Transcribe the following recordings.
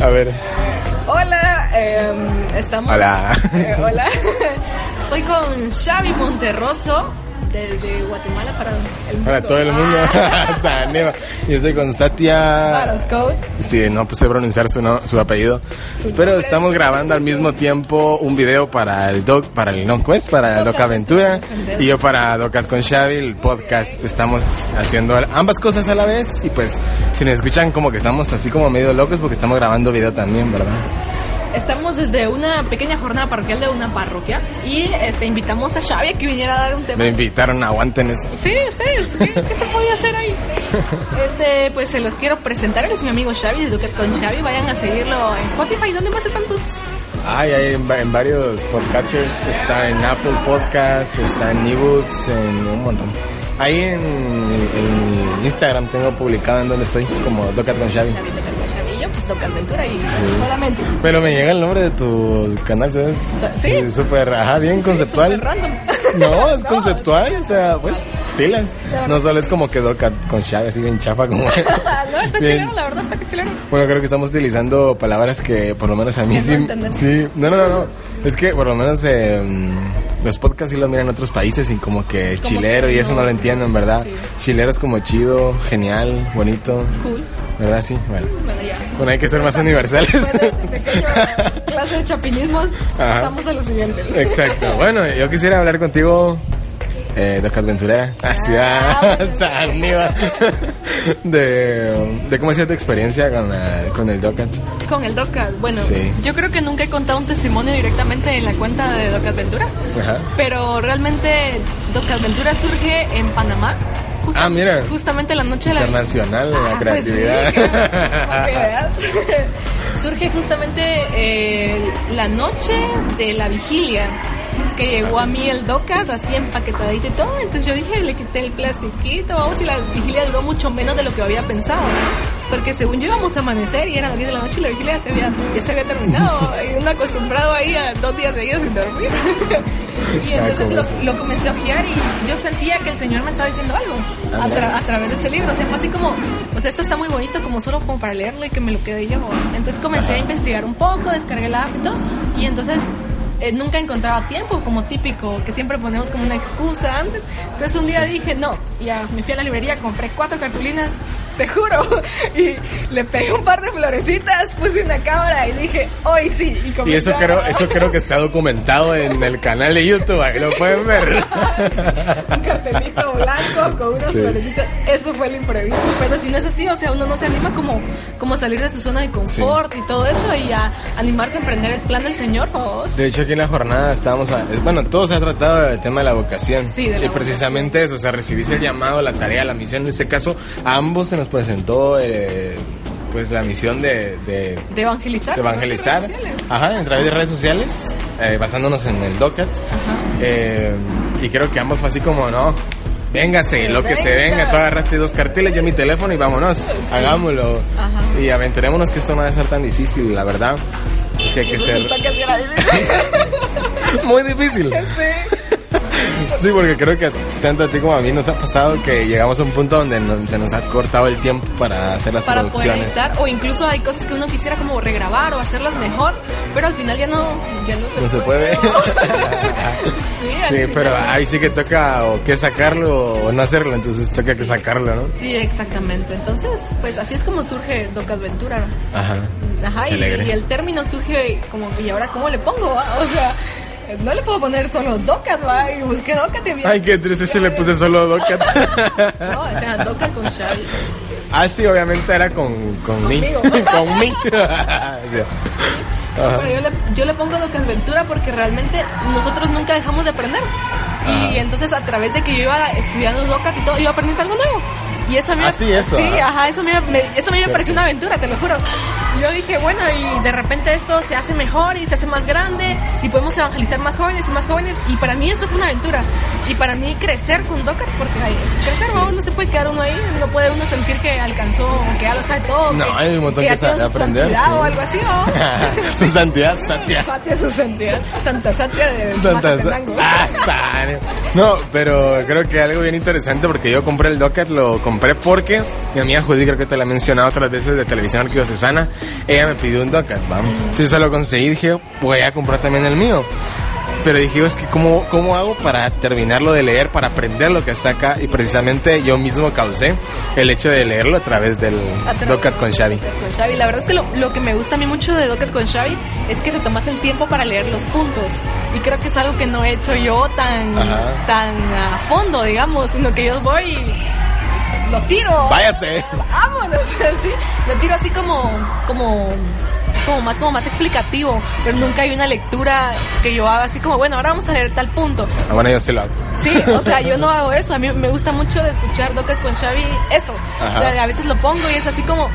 A ver. Hola, eh, estamos. Hola. Eh, hola. Estoy con Xavi Monterroso, desde Guatemala para el mundo. Para todo el mundo. Ah. Saneva. Yo estoy con Satya. Para los coach. Sí, no sé pronunciar su, no- su apellido. Pero estamos grabando al mismo tiempo un video para el Doc, para el Non Quest, para el Doc Aventura. Y yo para Docat con Xavi, el podcast. Estamos haciendo ambas cosas a la vez. Y pues, si nos escuchan, como que estamos así como medio locos porque estamos grabando video también, ¿verdad? Estamos desde una pequeña jornada parroquial de una parroquia y este, invitamos a Xavi a que viniera a dar un tema. Me invitaron, aguanten eso. Sí, ustedes, ¿qué, qué se podía hacer ahí? Este, pues se los quiero presentar, él es mi amigo Xavi de Ducat con Xavi, vayan a seguirlo en Spotify, ¿dónde más están tus...? Ay, hay en, va- en varios podcatchers, está en Apple Podcasts, está en eBooks, en un montón. Ahí en, en Instagram tengo publicado en donde estoy, como Docat con Xavi. Xavi, Ducat con Xavi, y yo pues Ducat Ventura y solamente. Pero me llega el nombre de tu canal, ¿sabes? sea, sí. Y Súper, ajá, bien conceptual. Súper random. No, es No, conceptual, o sea, pues, pilas. No solo es como que Docat con Xavi, así bien chafa como... no, está Bien. chileno, la verdad está que chileno. Bueno, creo que estamos utilizando palabras que por lo menos a mí Ya no sí... entendemos. Sí, no, no, no, no. Es que por lo menos eh, mm, los podcasts sí lo miran en otros países y como que chilero que y eso no. no lo entienden, ¿verdad? Sí. Chilero es como chido, genial, bonito, Cool, ¿verdad? Sí, bueno. bueno ya. Bueno, hay que ser más universales. Bueno, este pequeño clase de chapinismos, Ajá. pasamos a lo siguiente. Exacto. Bueno, yo quisiera hablar contigo, eh, Doca Ventura, hacia Ah, bueno. ah, Aníbal, de, de cómo ha sido tu experiencia con, la- con el Docat. Con el Docat, bueno, Sí. yo creo que nunca he contado un testimonio directamente en la cuenta de Docat Ventura. Ajá. Pero realmente Docas Ventura surge en Panamá. Justa- Ah, mira. Justamente la noche de la... Internacional, la Ah, pues sí, creatividad. para que veas. surge justamente eh, la noche de la vigilia. Que llegó a mí el DOCAT así empaquetadito y todo. Entonces yo dije, le quité el plastiquito, vamos, y la vigilia duró mucho menos de lo que había pensado. Porque según yo íbamos a amanecer y eran las 10 de la noche y la vigilia se había, ya se había terminado. Y uno acostumbrado ahí a dos días seguidos sin dormir. y Ah, entonces como lo, eso. lo comencé a ojear y yo sentía que el Señor me estaba diciendo algo Ah, a, tra- a través de ese libro. O sea, fue así como, o sea, esto está muy bonito, como solo como para leerlo y que me lo quede yo. Entonces comencé a investigar un poco, descargué la app y todo. Y entonces eh, nunca encontraba tiempo, como típico, que siempre ponemos como una excusa antes. Entonces un día dije, no, ya me fui a la librería, compré cuatro cartulinas, te juro. Y le pegué un par de florecitas, puse una cámara y dije, hoy sí. Y comencé eso a creo, grabar. eso creo que está documentado en el canal de YouTube, ahí lo pueden ver. un cartelito blanco con unos Sí. florecitos. Eso fue el imprevisto. Pero si no es así, o sea, uno no se anima como, como a salir de su zona de confort y todo eso y a animarse a emprender el plan del Señor. ¿no? De hecho, aquí en la jornada estábamos. a- bueno, todo se ha tratado del tema de la vocación. Sí, de la Y precisamente eso, o sea, recibiste el llamado, la tarea, la misión. En este caso, a ambos se nos presentó, eh, pues, la misión de, de- De evangelizar. de evangelizar. ¿no? En redes sociales. Ajá, a través de redes sociales, eh, basándonos en el docket. Ajá. Eh, y creo que ambos fue así como, no, véngase, lo que se Venga. venga. Tú agarraste dos carteles, yo mi teléfono y vámonos, hagámoslo. Ajá. Y aventurémonos que esto no va a ser tan difícil, la verdad. Es que hay que ser Resulta que sí era difícil. muy difícil. Sí. Sí, porque creo que tanto a ti como a mí nos ha pasado que llegamos a un punto donde no- se nos ha cortado el tiempo para hacer las para poder producciones. editar o incluso hay cosas que uno quisiera como regrabar o hacerlas mejor, pero al final ya no, ya no se No se puede. puede. sí, al Sí, pero final- ahí sí que toca o que sacarlo o no hacerlo, entonces toca que sacarlo, ¿no? Sí, exactamente. Entonces, pues así es como surge Doc Adventura. Ajá. Ajá, y, Alegre. y el término surge como, ¿y ahora cómo le pongo? va? O sea, no le puedo poner solo Docat, va, y busqué Docat y vi- Ay, qué triste si le puse solo Docat. No, o sea, Docat con Xavi. ah, sí, obviamente era con, con mí. Conmigo. con mí. O sea, ajá. Pero yo le, yo le pongo Docat Ventura porque realmente nosotros nunca dejamos de aprender. Y entonces a través de que yo iba estudiando Docat y todo, iba aprendiendo algo nuevo. Y eso a mí me- Ah, sí, eso, Sí, ajá. ajá, eso a mí me, me- eso a mí me Cierto. pareció una aventura, te lo juro. Yo dije, bueno, y de repente esto se hace mejor y se hace más grande y podemos evangelizar más jóvenes y más jóvenes. Y para mí esto fue una aventura. Y para mí crecer con Docker, porque ay, es crecer, ¿no? no se puede quedar uno ahí, no puede uno sentir que alcanzó, o que ya lo sabe todo. No, hay un montón que que ha sido sabe su aprender, santidad sí. o algo así, ¿no? Su santidad, santidad. Satia, su santidad. Santa Satia de Santa Mazatenango. Ah, san, espontáneo. No, pero creo que algo bien interesante porque yo compré el Docat, lo compré porque mi amiga Judy, creo que te la he mencionado otras veces de televisión arquidiocesana, ella me pidió un Docat, vamos. Entonces se lo conseguí dije, voy a comprar también el mío. Pero dije, es que ¿cómo, ¿cómo hago para terminarlo de leer, para aprender lo que está acá? Y precisamente yo mismo causé el hecho de leerlo a través del Atrás- Docat con Xavi. Con Xavi. La verdad es que lo, lo que me gusta a mí mucho de Docket con Xavi es que te tomas el tiempo para leer los puntos. Y creo que es algo que no he hecho yo tan, Ajá. tan a fondo, digamos, sino que yo voy y lo tiro. Váyase. Vámonos, así. Lo tiro así como, como, como más, como más explicativo. Pero nunca hay una lectura que yo haga así como, bueno, ahora vamos a leer tal punto. Ah, Bueno, yo sí lo hago. Sí, o sea, yo no hago eso. A mí me gusta mucho de escuchar Docket con Xavi eso. Ajá. O sea, a veces lo pongo y es así como.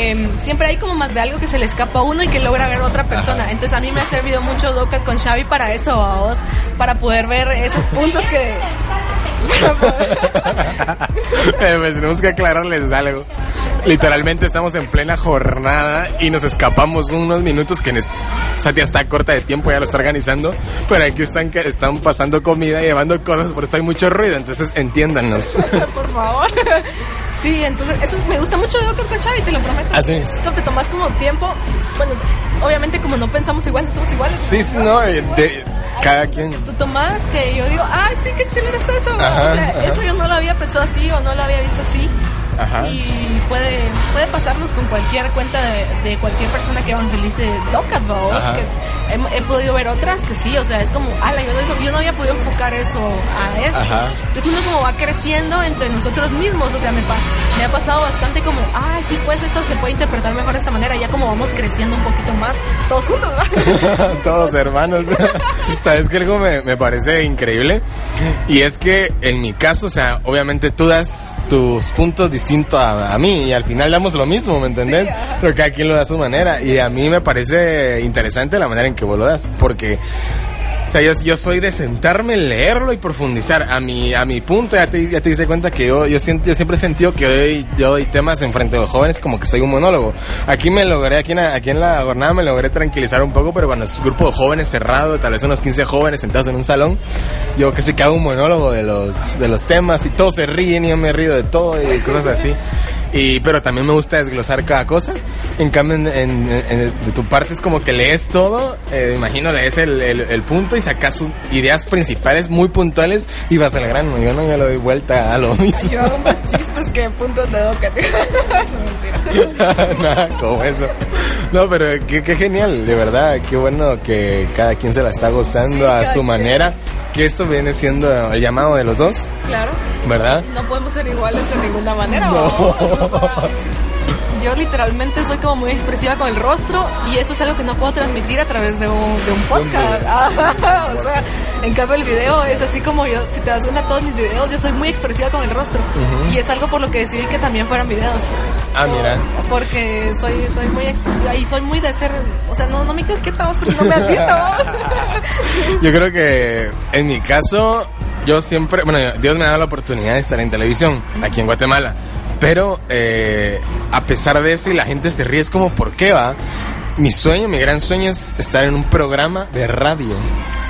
em, siempre hay como más de algo que se le escapa a uno y que logra ver a otra persona. Ajá. Entonces, a mí me ha servido mucho Docket con Xavi para eso, a vos, para poder ver esos puntos que. para poder- Eh, pues tenemos que aclararles algo. Literalmente estamos en plena jornada y nos escapamos unos minutos que en es- Satia está corta de tiempo, ya lo está organizando, pero aquí están, que están pasando comida y llevando cosas, por eso hay mucho ruido, entonces entiéndanos. por favor. Sí, entonces eso me gusta mucho de Docker con Xavi, te lo prometo. Ah, sí. Es como te tomas como tiempo. Bueno, obviamente como no pensamos igual, no somos iguales. Sí, sí, no, eh, de- Hay cada cosas quien. que Tú tomas que yo digo, ah, sí, qué chévere está eso. Ajá, o sea, ajá. eso yo no lo había pensado así o no lo había visto así. Ajá. Y puede, puede pasarnos con cualquier cuenta de, de cualquier persona que evangelice Docat, vamos. Ajá. Que he, he podido ver otras que sí, o sea, es como, ala, yo no, yo no había podido enfocar eso a eso. Ajá. Entonces uno como va creciendo entre nosotros mismos, o sea, me, pa- me ha pasado bastante como, ah, sí, pues esto se puede interpretar mejor de esta manera, ya como vamos creciendo un poquito más, todos juntos, ¿va? Todos hermanos. ¿Sabes que algo me, me parece increíble? Y es que en mi caso, o sea, obviamente tú das tus puntos distintos a, a mí y al final damos lo mismo, ¿me entendés? Sí, ajá. Pero cada quien lo da a su manera y a mí me parece interesante la manera en que vos lo das, porque... O sea, yo, yo soy de sentarme, leerlo y profundizar. A mi, a mi punto, ya te, ya te diste cuenta que yo, yo, sien- yo siempre he sentido que doy, yo doy temas enfrente de los jóvenes como que soy un monólogo. Aquí me logré, aquí en, la- aquí en la jornada me logré tranquilizar un poco, pero cuando es grupo de jóvenes cerrado, tal vez unos 15 jóvenes sentados en un salón, yo casi que hago un monólogo de los, de los temas y todos se ríen y yo me río de todo y cosas así. Y, pero también me gusta desglosar cada cosa. En cambio, en, en- en- de tu parte es como que lees todo, eh, me imagino lees el, el- el punto y sacas un- ideas principales muy puntuales y vas al grano. Yo no, yo le doy vuelta a lo mismo. Yo hago más chistes que puntos de doca. Es mentira. Nada, como eso. No, pero qué, qué genial, de verdad. Qué bueno que cada quien se la está Sí, gozando a cada su quien. manera. Que esto viene siendo el llamado de los dos, Claro, ¿verdad? no podemos ser iguales de ninguna manera. No. ¿no? Yo literalmente soy como muy expresiva con el rostro y eso es algo que no puedo transmitir a través de un, de un podcast. Ah, o sea, en cambio el video es así como yo, si te das cuenta todos mis videos, yo soy muy expresiva con el rostro Ujú. y es algo por lo que decidí que también fueran videos. Ah, No, mira. Porque soy, soy muy expresiva y soy muy de ser, o sea, no, no me coqueta vos, porque no me atiendo vos. Yo creo que en mi caso, yo siempre, bueno, Dios me ha dado la oportunidad de estar en televisión, aquí en Guatemala. Pero eh, a pesar de eso y la gente se ríe, es como, ¿por qué va? Mi sueño, mi gran sueño es estar en un programa de radio.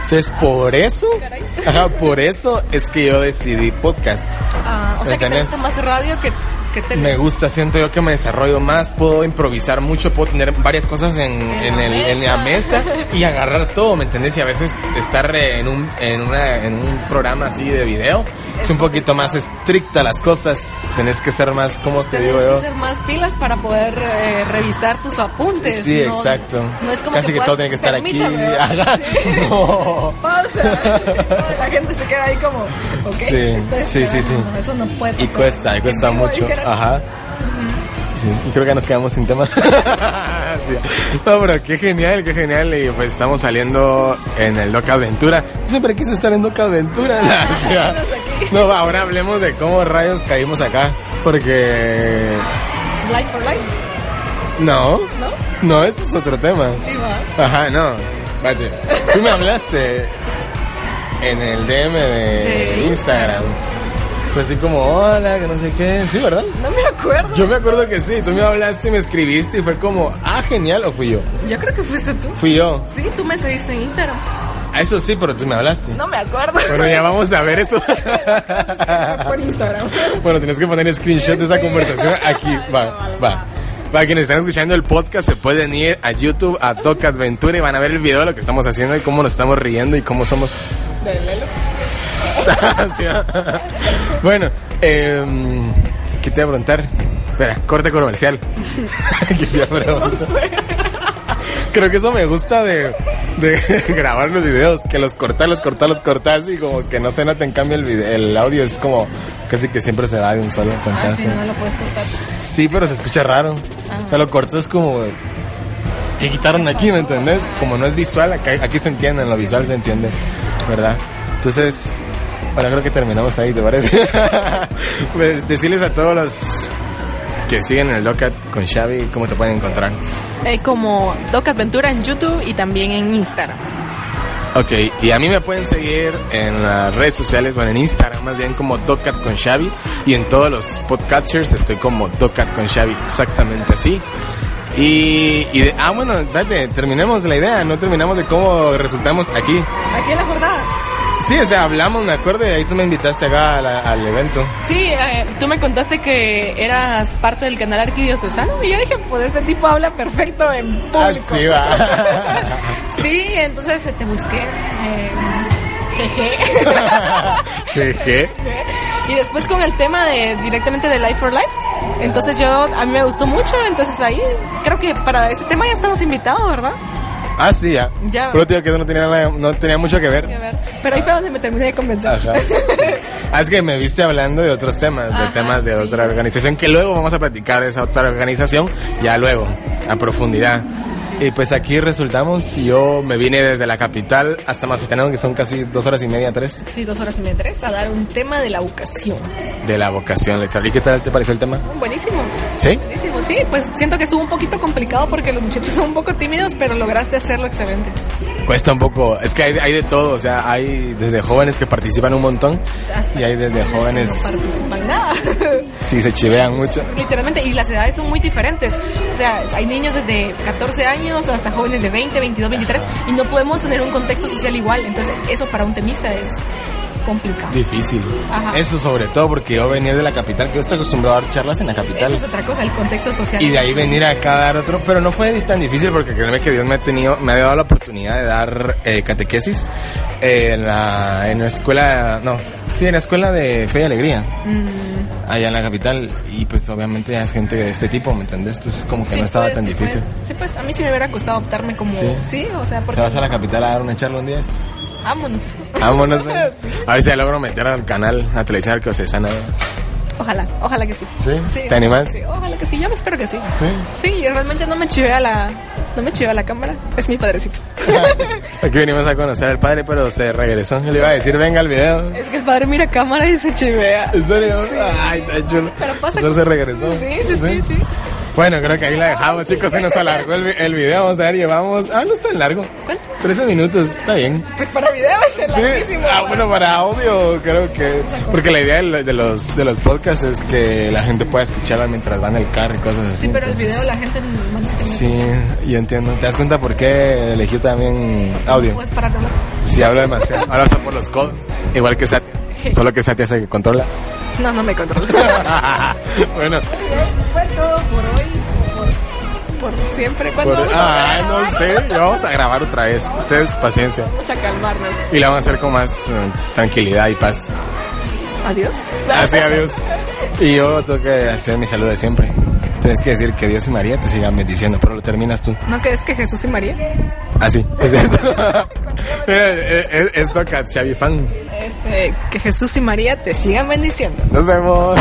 Entonces, por eso, Caray. ajá, por eso es que yo decidí podcast. Ah, o sea, que te ¿Entendés? gusta más radio que, que tele. Me gusta, siento yo que me desarrollo más, puedo improvisar mucho, puedo tener varias cosas en, En en la el- en la mesa y agarrar todo, ¿me entendés? Y a veces estar eh, en un, en, una- en un programa así de video es un poquito más estricta las cosas, tenés que ser más, como te Tienes digo que yo? hacer más pilas para poder eh, revisar tus apuntes. Sí, ¿no? exacto. No es como Casi que, puedas- todo tiene que estar aquí. Permítame, Ajá. No. Pausa. La gente se queda ahí como, ok, Sí, está sí, sí, sí. esperando, Eso no puede Y pasar. cuesta, y cuesta En vivo, mucho. Ah. dijeras, Ajá. Sí, y creo que nos quedamos sin tema. Sí. No, pero qué genial, qué genial. Y pues estamos saliendo en el Doca Aventura. Yo siempre quise estar en Doca Aventura. la ciudad. No, va, ahora hablemos de cómo rayos caímos acá. Porque. Life for life, No, ¿no? no, eso es otro tema. Sí, va. Ajá, no. Vaya. Tú me hablaste en el DM de De Instagram. Pues así como, hola, que no sé qué. Sí, ¿verdad? No me acuerdo. Yo me acuerdo que sí, tú me hablaste y me escribiste y fue como, ah, genial, o fui yo. Yo creo que fuiste tú. Fui yo. Sí, tú me seguiste en Instagram. Ah, Eso sí, pero tú me hablaste. No me acuerdo. Bueno, ya vamos a ver eso. Por Instagram. Bueno, tienes que poner screenshot de esa conversación aquí. Va, va. Para quienes están escuchando el podcast, se pueden ir a YouTube, a Doc Adventure y van a ver el video de lo que estamos haciendo y cómo nos estamos riendo y cómo somos. De Lelo. Sí, ¿verdad? bueno, em, ¿qué te iba a preguntar? Espera, corte comercial. ¿Qué te iba a preguntar? Creo que eso me gusta de, de grabar los videos, que los cortas, los cortas, los cortas y como que no se nota en cambio el, vide- el audio, es como casi que siempre se va de un solo Ah, contazo. sí, no lo puedes cortar. Sí, pero se escucha raro. O sea, lo corto es como... Que quitaron aquí, ¿me entendés? Como no es visual, acá- aquí se entiende, en lo visual se entiende, ¿verdad? Entonces, bueno, creo que terminamos ahí, ¿te parece? pues decirles a todos los que siguen el Locat con Xavi cómo te pueden encontrar. Eh, como Doc Adventura en YouTube y también en Instagram. Ok, y a mí me pueden seguir en las redes sociales, bueno, en Instagram más bien como Docat con Xavi y en todos los podcatchers estoy como Docat con Xavi, exactamente así. Y, y de- ah, bueno, espérate, terminemos la idea, no terminamos de cómo resultamos aquí. Aquí en la jornada. Sí, o sea, hablamos, me acuerdo, y ahí tú me invitaste acá a la- al evento. Sí, eh, tú me contaste que eras parte del canal arquidiocesano y yo dije, pues este tipo habla perfecto en público. Ah, sí, va. Sí, entonces eh, te busqué. eh, jeje. Jeje. Y después con el tema de directamente de Life for Life. Entonces yo, a mí me gustó mucho, entonces ahí creo que para ese tema ya estamos invitados, ¿verdad? Ah, sí, ya. Ya. Pero te digo que eso no tenía, nada- no tenía mucho que ver. A ver, Pero ahí fue donde me terminé de convencer. Ajá. Ah, es que me viste hablando de otros temas, de Ajá, temas de sí. otra organización, que luego vamos a platicar de esa otra organización, ya luego, a profundidad. Y pues aquí resultamos, yo me vine desde la capital hasta Mazatlán, que son casi dos horas y media, tres, Sí, dos horas y media, tres, a dar un tema de la vocación. de la vocación lectora. ¿Y qué tal te pareció el tema? Buenísimo. ¿Sí? Buenísimo, sí, pues siento que estuvo un poquito complicado porque los muchachos son un poco tímidos, pero lograste hacerlo excelente. Cuesta un poco, es que hay, hay de todo, o sea, hay desde jóvenes que participan un montón Hasta y hay desde Es que jóvenes, No participan nada. sí, se chivean mucho. Literalmente, y las edades son muy diferentes. O sea, hay niños desde 14 años hasta jóvenes de 20, 22, 23, y no podemos tener un contexto social igual. Entonces, eso para un temista es complicado. Difícil. Ajá. Eso sobre todo porque yo venía de la capital, que yo estoy acostumbrado a dar charlas en la capital. Eso es otra cosa, el contexto social. Y de ahí venir acá a dar otro, pero no fue tan difícil porque créeme que Dios me ha tenido, me ha dado la oportunidad de dar eh, catequesis eh, en la, en la escuela, no, sí, en la escuela de Fe y Alegría, Mm. allá en la capital, y pues obviamente ya es gente de este tipo, ¿me entendés? Entonces como que no estaba pues, tan sí, difícil. Pues, sí, pues a mí sí me hubiera gustado optarme como. Sí. Sí, o sea, ¿Te porque. vas a la capital a dar una charla un día de estos? Vámonos. Vámonos, ven. Sí. A ver si ya logro meter al canal, a televisión arquidiocesana. Ojalá, ojalá que sí. ¿Sí? Sí, ¿Te animas? Sí, ojalá que sí, yo me espero que sí. ¿Sí? Sí, y realmente no me chivea la. No me chivea la cámara, es mi padrecito. Aquí venimos a conocer al padre, pero se regresó. Yo le iba a decir, venga al video. Es que el padre mira cámara y se chivea. ¿En serio? Sí. Ay, está chulo. Pero pasa Entonces regresó. Sí, sí, sí, sí. Bueno, creo que ahí la dejamos, chicos. Se nos alargó el, vi- el video. Vamos a ver, llevamos. Ah, no es tan largo. ¿Cuánto? 13 minutos, está bien. Pues para video es el Sí, larguísimo. ah, bueno, para audio creo que... Porque la idea de lo- de los, de los podcasts es que la gente pueda escucharla mientras va en el carro y cosas así. Sí, pero el entonces- video la gente no se Sí, yo entiendo. ¿Te das cuenta por qué elegí también audio? Puedes parar de hablar. Sí, hablo demasiado. Ahora está por los codos. Igual que Sat. Solo que Sat ya se controla. No, no me controlo. bueno, Fue todo por hoy, por, por siempre. ¿Cuándo por- vamos a ah, no grabar? sé, ya vamos a grabar otra vez. Ustedes, paciencia. Vamos a calmarnos. Y la van a hacer con más eh, tranquilidad y paz. Adiós. Así, adiós. Y yo tengo que hacer mi saludo de siempre. Tienes que decir que Dios y María te sigan bendiciendo, pero lo terminas tú. ¿No crees que Jesús y María? Así, es cierto. Mira, eh, eh, esto Cat Xavi Fan. Este, que Jesús y María te sigan bendiciendo. Nos vemos.